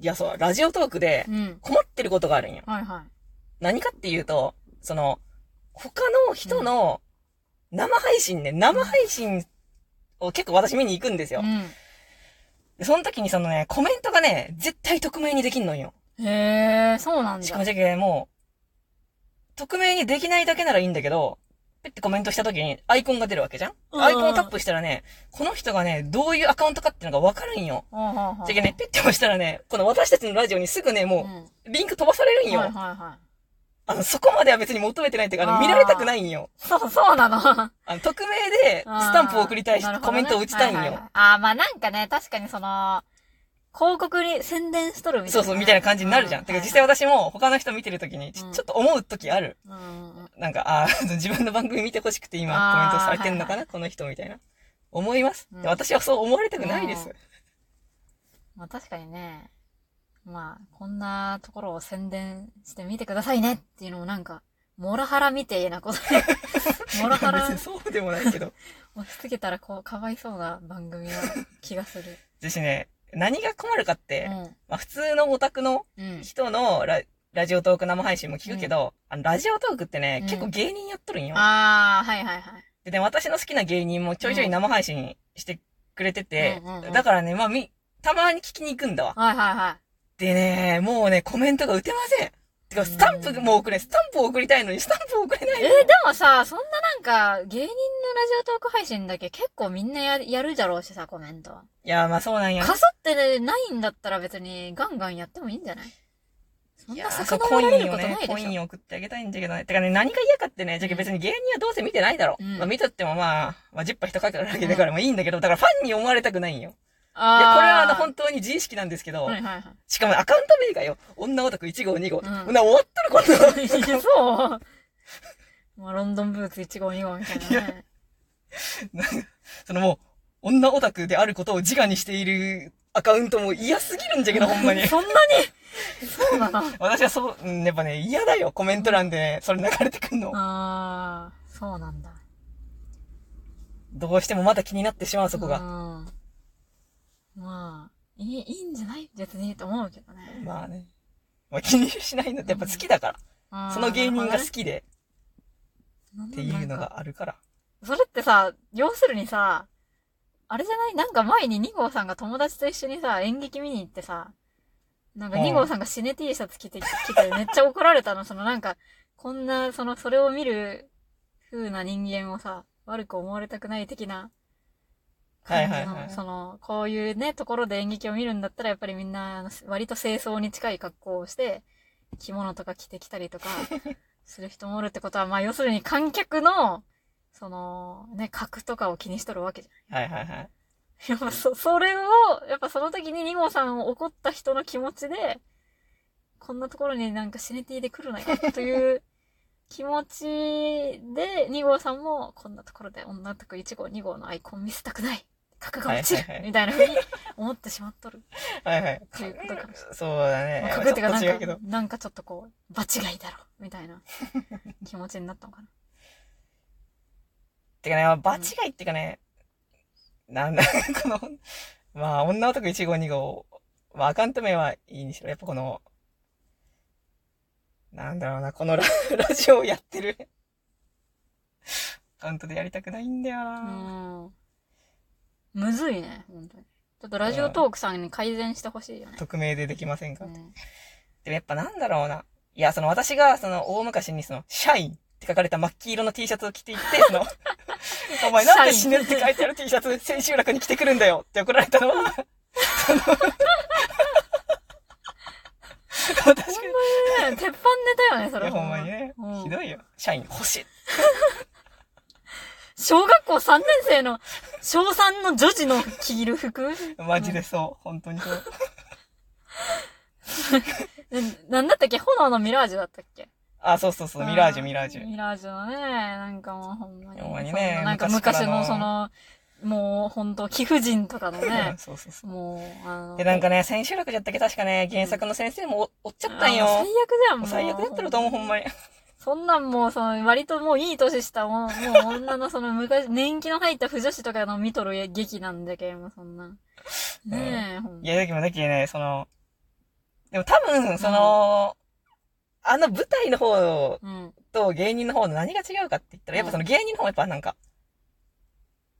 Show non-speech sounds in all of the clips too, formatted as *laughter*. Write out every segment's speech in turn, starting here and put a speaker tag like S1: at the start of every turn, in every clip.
S1: いや、そう、ラジオトークで
S2: うん。
S1: 困ってることがあるんよ。
S2: はいは
S1: 何かっていうと、その、他の人の生配信ね、生配信を結構私見に行くんです
S2: い。
S1: よ。
S2: う
S1: でその時にそのね、コメントがね、絶対匿名にできんのんよ。
S2: ん。へえ、そうなん
S1: しかも
S2: だ。
S1: じゃけ、もう、匿名にできないだけならいいんだけど、ペッてコメントした時にアイコンが出るわけじゃん
S2: うん
S1: アイコンをタップしたらね、この人がね、どういうアカウントかっていうのがわかるんよ。
S2: はあはあはあ
S1: じゃけね、ペッて押したらね、この私たちのラジオにすぐね、
S2: うん。
S1: も
S2: は
S1: う、リンク飛ばされるん
S2: いはい
S1: よ。
S2: は
S1: あの、そこまでは別に求めてないっていうか、あの
S2: あー
S1: 見られたくないんよ。
S2: い。そう、 *laughs* そう
S1: *laughs*
S2: なの。
S1: あの、匿名で、ス
S2: あー
S1: タンプを送りたいし
S2: なる、
S1: コ
S2: ほどね
S1: メントを打ちたいん
S2: はは
S1: よ
S2: は。あー、まあなんかね、確かにその、広告に宣伝しとるみたい
S1: そ
S2: な
S1: う
S2: ね。
S1: そう、みたいな感じになるじゃん。
S2: う
S1: てか、実際
S2: は
S1: 私も他の人見てる時に、ち
S2: うん
S1: ちょっと思う時ある。
S2: いはいうんうん。
S1: なんか、ああ、 *laughs* 自分の番組見てほしくて今コメントされてんのか
S2: あーはい
S1: なこの人みたいな。思います。
S2: うん
S1: で私はそう思われたくないです。
S2: まあ確かにね、まあ、こんなところを宣伝してみてくださいねっていうのもなんか、モラハラみてえな
S1: *laughs*
S2: ことで、モラハ
S1: いや
S2: ラ
S1: 別に *laughs* そうでもない
S2: *laughs*
S1: けど。
S2: 押し付けたらこう、かわいそうな番組な気がする。
S1: 私ね、何が困るかっ
S2: う
S1: て、
S2: ん。
S1: まあ普通のオタクの
S2: うん。
S1: 人のララジオトーク生配信も聞くけど、あのラジオトークってね、
S2: うん
S1: 結構芸人やっとるんよ。
S2: ああ、はいはいはい。
S1: でね、私の好きな芸人もちょいちょい生配信してくれてて、
S2: うんうんうん
S1: だからね、まあみ、たまに聞きに行くんだわ。
S2: はいはいはい。
S1: でね、もうね、コメントが打てません。てか、スタンプも送れ、スタンプを送りたいのに、スタンプを送れない
S2: えー、でもさ、そんななんか、芸人のラジオトーク配信だけ結構みんなややるじゃろうしさ、コメントは。
S1: いや、まあそうなんや。
S2: かそって、ね、ないんだったら別にガンガンやってもいいんじゃないそん
S1: い
S2: な
S1: や
S2: 魚
S1: コ
S2: がられ
S1: イ
S2: る
S1: ン
S2: こ
S1: を
S2: とな
S1: ね
S2: い、でしょ
S1: コインを送ってあげたいんだけどね。てかね、何が嫌かってね、じゃけ別に芸人はどうせ見てないだろ。
S2: うん
S1: まあ見とってもまあ、まあ10杯人かけるだけだからまあいいんだけど、だからファンに思われたくないんよ。い
S2: あ
S1: や、これはあの本
S2: 当
S1: 当に自意識なんですけど、
S2: はいはいはい。
S1: しかもアカウント名がよ、女オタク1号2号。
S2: ん
S1: な終わったのこんなの。
S2: *laughs* そう。まあ、ロンドンブーツ1号2号みたいなね。。
S1: そのもう、女オタクであることを自我にしているアカウントも嫌すぎるんじゃけど、ほんまに
S2: そんなにそうなの
S1: 私はそう、うんやっぱね、嫌だよ、コメント欄で、ね、それ流れてくんの。
S2: ああ、そうなんだ。
S1: どうしてもまだ気になってしまう、そこが。
S2: うん。まあ、いい、いいんじゃない別にと思うけどね。
S1: まあね。まあ気にしないのってやっぱ好きだから。
S2: あー
S1: その芸人が好きで
S2: なるほどね
S1: っていうの
S2: なんか
S1: があるから。
S2: それってさ、要するにさ、あれじゃないなんか前に2号さんが友達と一緒にさ、演劇見に行ってさ、なんか
S1: うん
S2: 2号さんが死ね T シャツ着て、着てめっちゃ怒られたの。そのなんか、こんな、その、それを見る風な人間をさ、悪く思われたくない的な
S1: はい
S2: 感
S1: は
S2: じ
S1: い
S2: の、
S1: はい。
S2: その、こういうね、ところで演劇を見るんだったら、やっぱりみんな、あの割と清掃に近い格好をして、着物とか着てきたり
S1: *laughs*
S2: とか、する人もおるってことは、まあ、要するに観客の、その、ね、格とかを気にしとるわけじ
S1: はいはいはい。
S2: ゃん。やっぱそ、 *laughs* それを、やっぱその時に二号さんを怒った人の気持ちで、こんなところになんかシネティで来るなよ、という気持ちで、二号さんも、こんなところで女とく1号、2号のアイコン見せたくない。格が落ちる、
S1: はいはいはい
S2: みたいなふうに思ってしまっとる。
S1: はいはい
S2: ということかもしれ。
S1: そうだね。
S2: 格っていうか
S1: まあ
S2: な
S1: ちょっと違うんけ
S2: か
S1: ど。、
S2: なんかちょっとこう、場違いだろ、みたいな気持ちになったのかな。
S1: てかね、場違いっていうかね、なんだ、 *laughs* この、まあ、女男1号2号、まあ、アカウント名はいいにしろ、やっぱこの、なんだろうな、このラ *laughs* ラジオをやってる、アカウントでやりたくないんだよ
S2: う
S1: な。
S2: ん。むずいね、本当に。ちょっとラジオトークさんに改善してほしいよね。
S1: 匿名でできませんか、
S2: うん
S1: でもやっぱなんだろうな。いや、その私が、その、大昔にその、シャインって書かれた真っ黄色の T シャツを着ていって、その、お前なんで死ぬって書いてある T シャツ、千秋楽に着てくるんだよって怒られたのは、その、 *laughs* 私
S2: ほん
S1: が、
S2: まにね、鉄板ネタよね、そ
S1: い
S2: れ。
S1: や、ほんまにね
S2: うん、
S1: ひどいよ。社員欲しい。
S2: 小学校3年生の、小3の女児の着る服 *laughs*
S1: マジでそう。本当にそう。
S2: ななんだったっけ炎のミラージュだったっけ
S1: あ、そうそうそう、ミラージュ、ミラージ
S2: ミ
S1: ュ。
S2: ラージュのね、なんかもうほんまに。
S1: ほんまにね
S2: そんななんか
S1: 昔か
S2: 昔
S1: らの
S2: のその、もう本当貴婦人とかの
S1: う
S2: ね
S1: ん、そうそうそ
S2: もう、あの。
S1: う。で、なんか
S2: ね、
S1: ね、千秋楽じゃったっけ確かね、原作の先生もおおっち
S2: あ
S1: ゃったん
S2: ー最
S1: よ
S2: 悪。じゃ
S1: も
S2: ん、も
S1: う
S2: う。
S1: 最悪やってると思う、ほんまに。
S2: そんなんもう、その、割ともういい年した、もう、もう女のその昔、年季の入った腐女子とかの見とる劇なんだけど、もうそんな。ねえ、ほん
S1: いや、だけど、だけどね、その、でも多分、その、あの舞台の方
S2: うん。
S1: と芸人の方の何が違うかって言ったら、やっぱその芸人の方はやっぱなんか、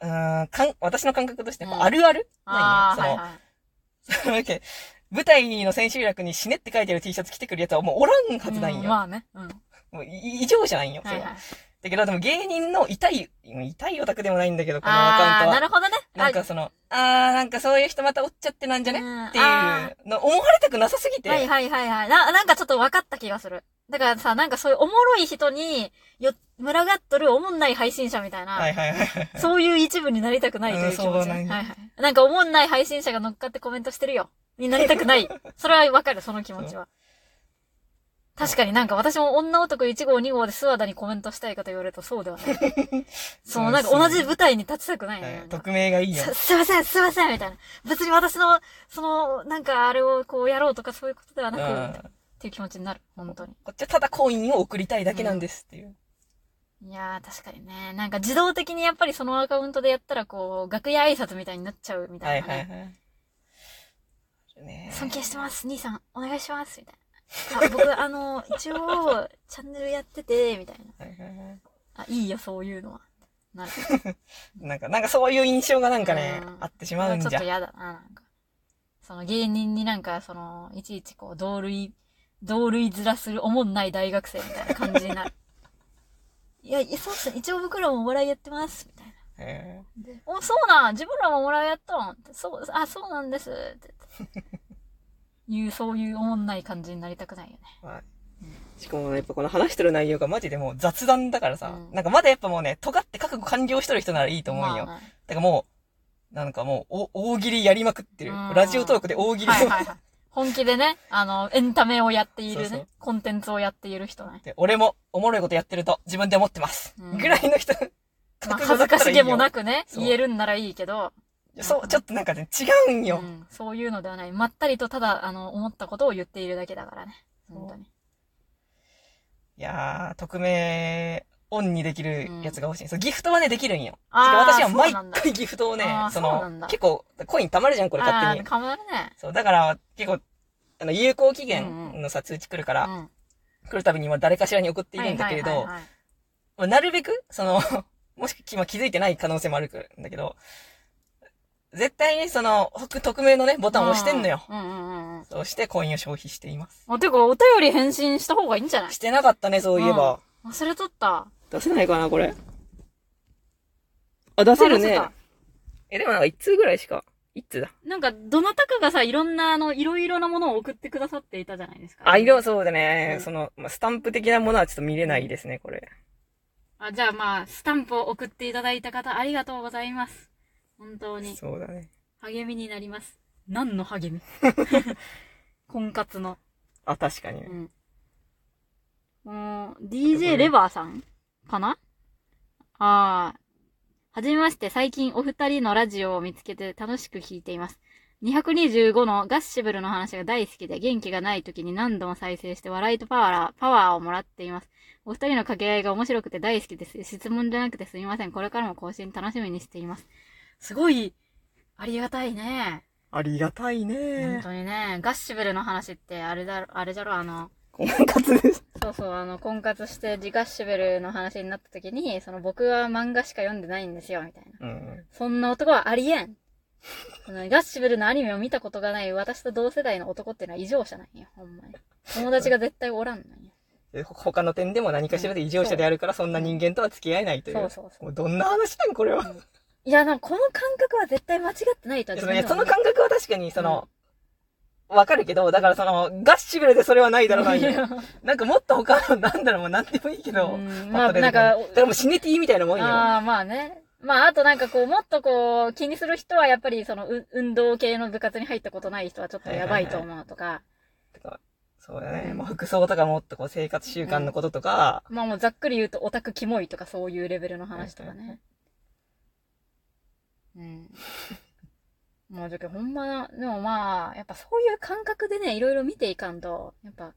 S1: うーん、かん、私の感覚としてやっぱあるある、
S2: ああ、
S1: ない
S2: はい
S1: ね
S2: はい。
S1: *laughs* その、だけ舞台の千秋楽に死ねって書いてある T シャツ着てくるやつはもうおらんはずないんよ。
S2: うんまあね。うん。
S1: もうい異常じゃないんよ。
S2: はい
S1: それ
S2: は。
S1: はいだけど、でも芸人の痛い、痛いオタクでもないんだけど、このアカウン
S2: あ
S1: ト
S2: あ、
S1: は。
S2: なるほどね。
S1: なんかその、あー、なんかそういう人またおっちゃってなんじゃね
S2: ね
S1: っていうの、思われたくなさすぎて。
S2: はいはいはいはい。な、なんかちょっと分かった気がする。だからさ、なんかそういうおもろい人に、よ、群がっとるおもんない配信者みたいな、
S1: はいはいはい。
S2: そういう一部になりたくないという気
S1: う
S2: 持
S1: ん
S2: ち、
S1: そうな
S2: ね
S1: んや
S2: はいはい。なんかおもんない配信者が乗っかってコメントしてるよ。になりた
S1: *laughs*
S2: くない。それは分かる、その気持ちは。確かになんか私も女男1号2号で諏訪田にコメントしたいかと言われるとそうで
S1: *laughs*
S2: はない。そのなんか同じ舞台に立ちたくない
S1: は
S2: ね。ないんか
S1: 匿名がいいよ。
S2: す、すいません、すいません、みたいな。別に私の、その、なんかあれをこうやろうとかそういうことでは
S1: う
S2: なく、っ
S1: ん。
S2: ていう気持ちになる、本当に。
S1: こっちはただコインを送りたいだけなんですっていう。
S2: いやー、確かにね。なんか自動的にやっぱりそのアカウントでやったら、こう、楽屋挨拶みたいになっちゃうみた
S1: はいい
S2: な、ね
S1: はいはい。ね
S2: 尊敬してます、兄さん、お願いします、みたいな。あ僕、あの、一応、チャンネルやってて、みたいな。
S1: はいはいはい
S2: あ、いいよ、そういうのは。なる。
S1: なんか、なんかそういう印象がなんかね
S2: う、ん
S1: あってしまうん
S2: ちょっ
S1: じゃ
S2: と。嫌だな、なんか。その芸人になんか、その、いちいちこう、同類、同類ずらするおもんない大学生みたいな感じになる。 *laughs* いや、いやそうっすね。一応僕らもお笑いやってます、みたいな。
S1: え
S2: でお、そうなん自分らもお笑いやったんってそう、あ、そうなんです、って
S1: *laughs*
S2: 言って。いう、そういうおもんない感じになりたくないよね。
S1: ーはいしかもやっぱこの話してる内容がマジでもう雑談だからさ、
S2: うん
S1: なんかまだやっぱもうね、尖って覚悟完了してる人ならいいと思うんよ。
S2: まあね
S1: だからもう、なんかもう、お大喜利やりまくってる
S2: うん。
S1: ラジオトークで大喜利を、
S2: はいはいはい。 *laughs* 本気でね、あの、エンタメをやっているね、
S1: そうそう
S2: コンテンツをやっている人ね。
S1: で俺もおもろいことやってると自分で思ってます。
S2: うん
S1: ぐらいの人、
S2: まあ、恥ずかしげもな
S1: く。
S2: くね、
S1: そう
S2: 言えるんならいいけど、
S1: そう、ちょっとなんかね、違うんよ
S2: う。んそういうのではない。まったりとただ、あの、思ったことを言っているだけだからね。本当に。
S1: いやー、匿名、オンにできるやつが欲しい。そう、ギフトはね、できるんよ。
S2: あー
S1: てか私は毎
S2: そうなんだ
S1: 回ギフトをね
S2: あー、
S1: そ
S2: そうなん
S1: の
S2: だ、
S1: 結構、コイン貯まるじゃん、これ
S2: ああ
S1: 勝手
S2: ー、
S1: に。
S2: かまるね。
S1: そう、だから、結構、あの、有効期
S2: うんう
S1: 限のさ、通知来るか
S2: う
S1: ら、
S2: ん。
S1: 来るたびに今誰かしらに送っているんだけれ
S2: はいは
S1: ど
S2: い、はいはい
S1: まあなるべく、その、 *laughs* もし今気づいてない可能性もあるんだけど、絶対にその、匿匿名のね、ボタンを押してんのよ。
S2: うんうんうんうん。
S1: そうしてコインを消費しています。
S2: あ、てか、お便り返信した方がいいんじゃない
S1: してなかったね、そういえば。
S2: 忘れとった。
S1: 出せないかな、これ。あ、出せるね
S2: あ忘。れ
S1: え、でもなんか1通ぐらいしか。1通だ。
S2: たなんか、どなたかがさ、いろんな、あの、いろいろなものを送ってくださっていたじゃないですか。
S1: あ、色、そうだね。
S2: うん
S1: その、まあ、スタンプ的なものはちょっと見れないですね、これ。
S2: あ、じゃあまあ、スタンプを送っていただいた方、ありがとうございます。本当に、
S1: そうだね。
S2: 励みになります。何の励み *laughs* 婚活の。
S1: あ、確かにね。
S2: うん。もう、DJ レバーさんかなああ。はじめまして、最近お二人のラジオを見つけて楽しく聞いています。225のガッシブルの話が大好きで、元気がない時に何度も再生して笑いとパワー、パワーをもらっています。お二人の掛け合いが面白くて大好きです。質問じゃなくてすみません。これからも更新楽しみにしています。すごい、ありがたいね。
S1: ありがたい
S2: 本
S1: ね。
S2: 当にね、ガッシブルの話ってあれだろ、あれじゃろ、あの、
S1: 婚活です。
S2: そうそう、あの、婚活して、自ガッシュベルの話になった時に、その、僕は漫画しか読んでないんですよ、みたいな。
S1: うん。
S2: そんな男はありえん。そのガッシュベルのアニメを見たことがない私と同世代の男っていうのは異常者なんよ、ほんまに。友達が絶対おらんのよ。
S1: でほ他の点でも何かしらで異常者であるから、そんな人間とは付き合えないという。
S2: そうそうそう
S1: もうどんな話なんこれは。
S2: いや、なんかこの感覚は絶対間違ってないとは
S1: そ
S2: 自
S1: のい
S2: 分で
S1: や
S2: は
S1: その
S2: 思う
S1: 感覚は確かに、その、わ、かるけど、だからその、ガッシュベルでそれはないだろうなんよ。なんかもっと他の、なんだろう、もうなんでもいいけど。
S2: うんま
S1: パ
S2: あ、
S1: ッと出てこ
S2: なん
S1: ない
S2: か、
S1: だからもう死ねティーみたいなもんよ。
S2: ああ、まあね。まあ、あとなんかこう、もっとこう、気にする人はやっぱり、その、う運動系の部活に入ったことない人はちょっとやばいと思うとか、
S1: てかそうだね。もう服装とかもっとこう生活習慣のこととか、
S2: まあもうざっくり言うとオタクキモいとかそういうレベルの話とかね。うん。まあ、じゃけどほんまな、でもまあ、やっぱそういう感覚でね、いろいろ見ていかんと、やっぱ、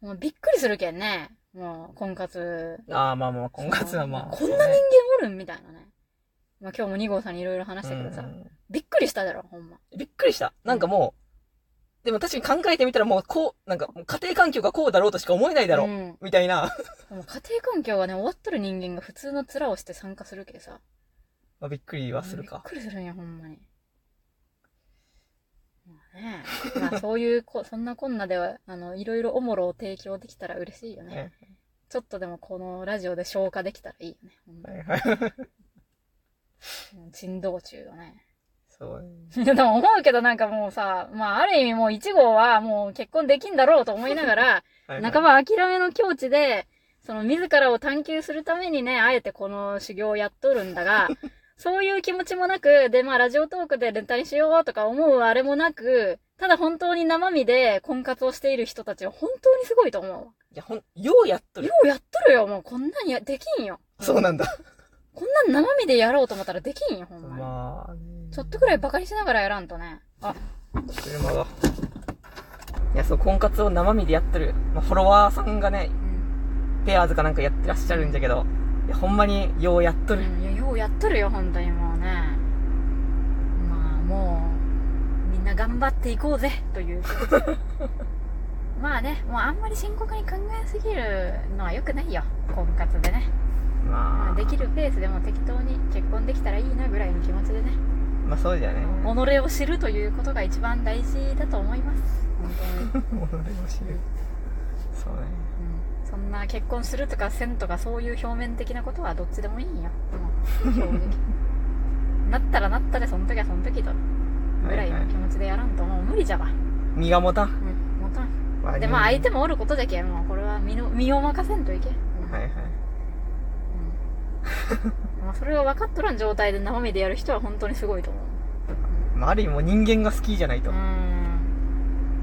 S2: もうびっくりするけんね。もう、婚活。
S1: ああ、まあまあ、婚活はまあ。
S2: こんな人間おるんみたいなね。まあ今日も2号さんにいろいろ話し
S1: そう
S2: た
S1: ね
S2: けどさ、
S1: うん
S2: びっくりしただろ、ほんま。
S1: びっくりした。なんかもでも確かに考えてみたらもうこう、なんかもう家庭環境がこうだろうとしか思えないだろう。
S2: うん。
S1: みたいな。 *laughs*
S2: もう家庭環境がね、終わっとる人間が普通の面をして参加するけさ。
S1: まあ、びっくりはする
S2: びっ
S1: か。
S2: くりするんや、ほんまに。まあね。まあそういうこ、 *laughs* そんなこんなでは、あの、いろいろおもろを提供できたら嬉しいよね。
S1: ね
S2: ちょっとでもこのラジオで消化できたらいいよね。ほんま
S1: は
S2: に
S1: い *laughs* はい。
S2: うん珍道中だね。 *laughs*
S1: そう。
S2: でも思うけどなんかもうさ、まあある意味もう1号はもう結婚できんだろうと思いながら、
S1: はい
S2: 半ば諦めの境地で、その自らを探求するためにね、あえてこの修行をやっとるん
S1: *laughs*
S2: だが、そういう気持ちもなく、で、まあラジオトークで連帯しようとか思うあれもなく、ただ本当に生身で婚活をしている人たちは本当にすごいと思
S1: いや、ほん、ようやっと
S2: う。よ
S1: る。
S2: うやっとるよ、もうこんなんや、できんよ。
S1: そうなんだ。
S2: こんなん生身でやろうと思ったらできんよ、ほんまに。
S1: まあ、ね
S2: ちょっとくらいバカにしながらやらんとね。あ、
S1: 車が。いや、そう、婚活を生身でやってる、まあ、フォロワーさんがね、
S2: うん。
S1: ペアーズかなんかやってらっしゃるんだけど、いや、ほんまにようやっとる。
S2: いや、ようやっとるよ、本当にもうね。まあ、もう、みんな頑張っていこうぜ、という。まあね、もうあんまり深刻に考えすぎるのは良くないよ。婚活でね。ま
S1: ま
S2: あ、
S1: あ、
S2: できるペースでも適当に結婚できたらいいなぐらいの気持ちでね。
S1: まあそうだよ *laughs* ね。
S2: 己を知るということが一番大事だと思います。
S1: *laughs*
S2: 本当に。
S1: 己を知る。そうね。
S2: うんそんな結婚するとかせんとかそういう表面的なことはどっちでもいいんよもう正直なったらなったでその時はその時とぐらいの気持ちでやらんともう無理じゃわ、う
S1: 身が持たん。
S2: ん、もたん
S1: 割に
S2: でまあ相手もおることじゃけんもうこれは身の身を任せんといけん、うん
S1: はいはい。
S2: うん *laughs* まあそれが分かっとらん状態で生身でやる人は本当にすごいと思う
S1: まあ、ある意味もう人間が好きじゃないうと。
S2: ん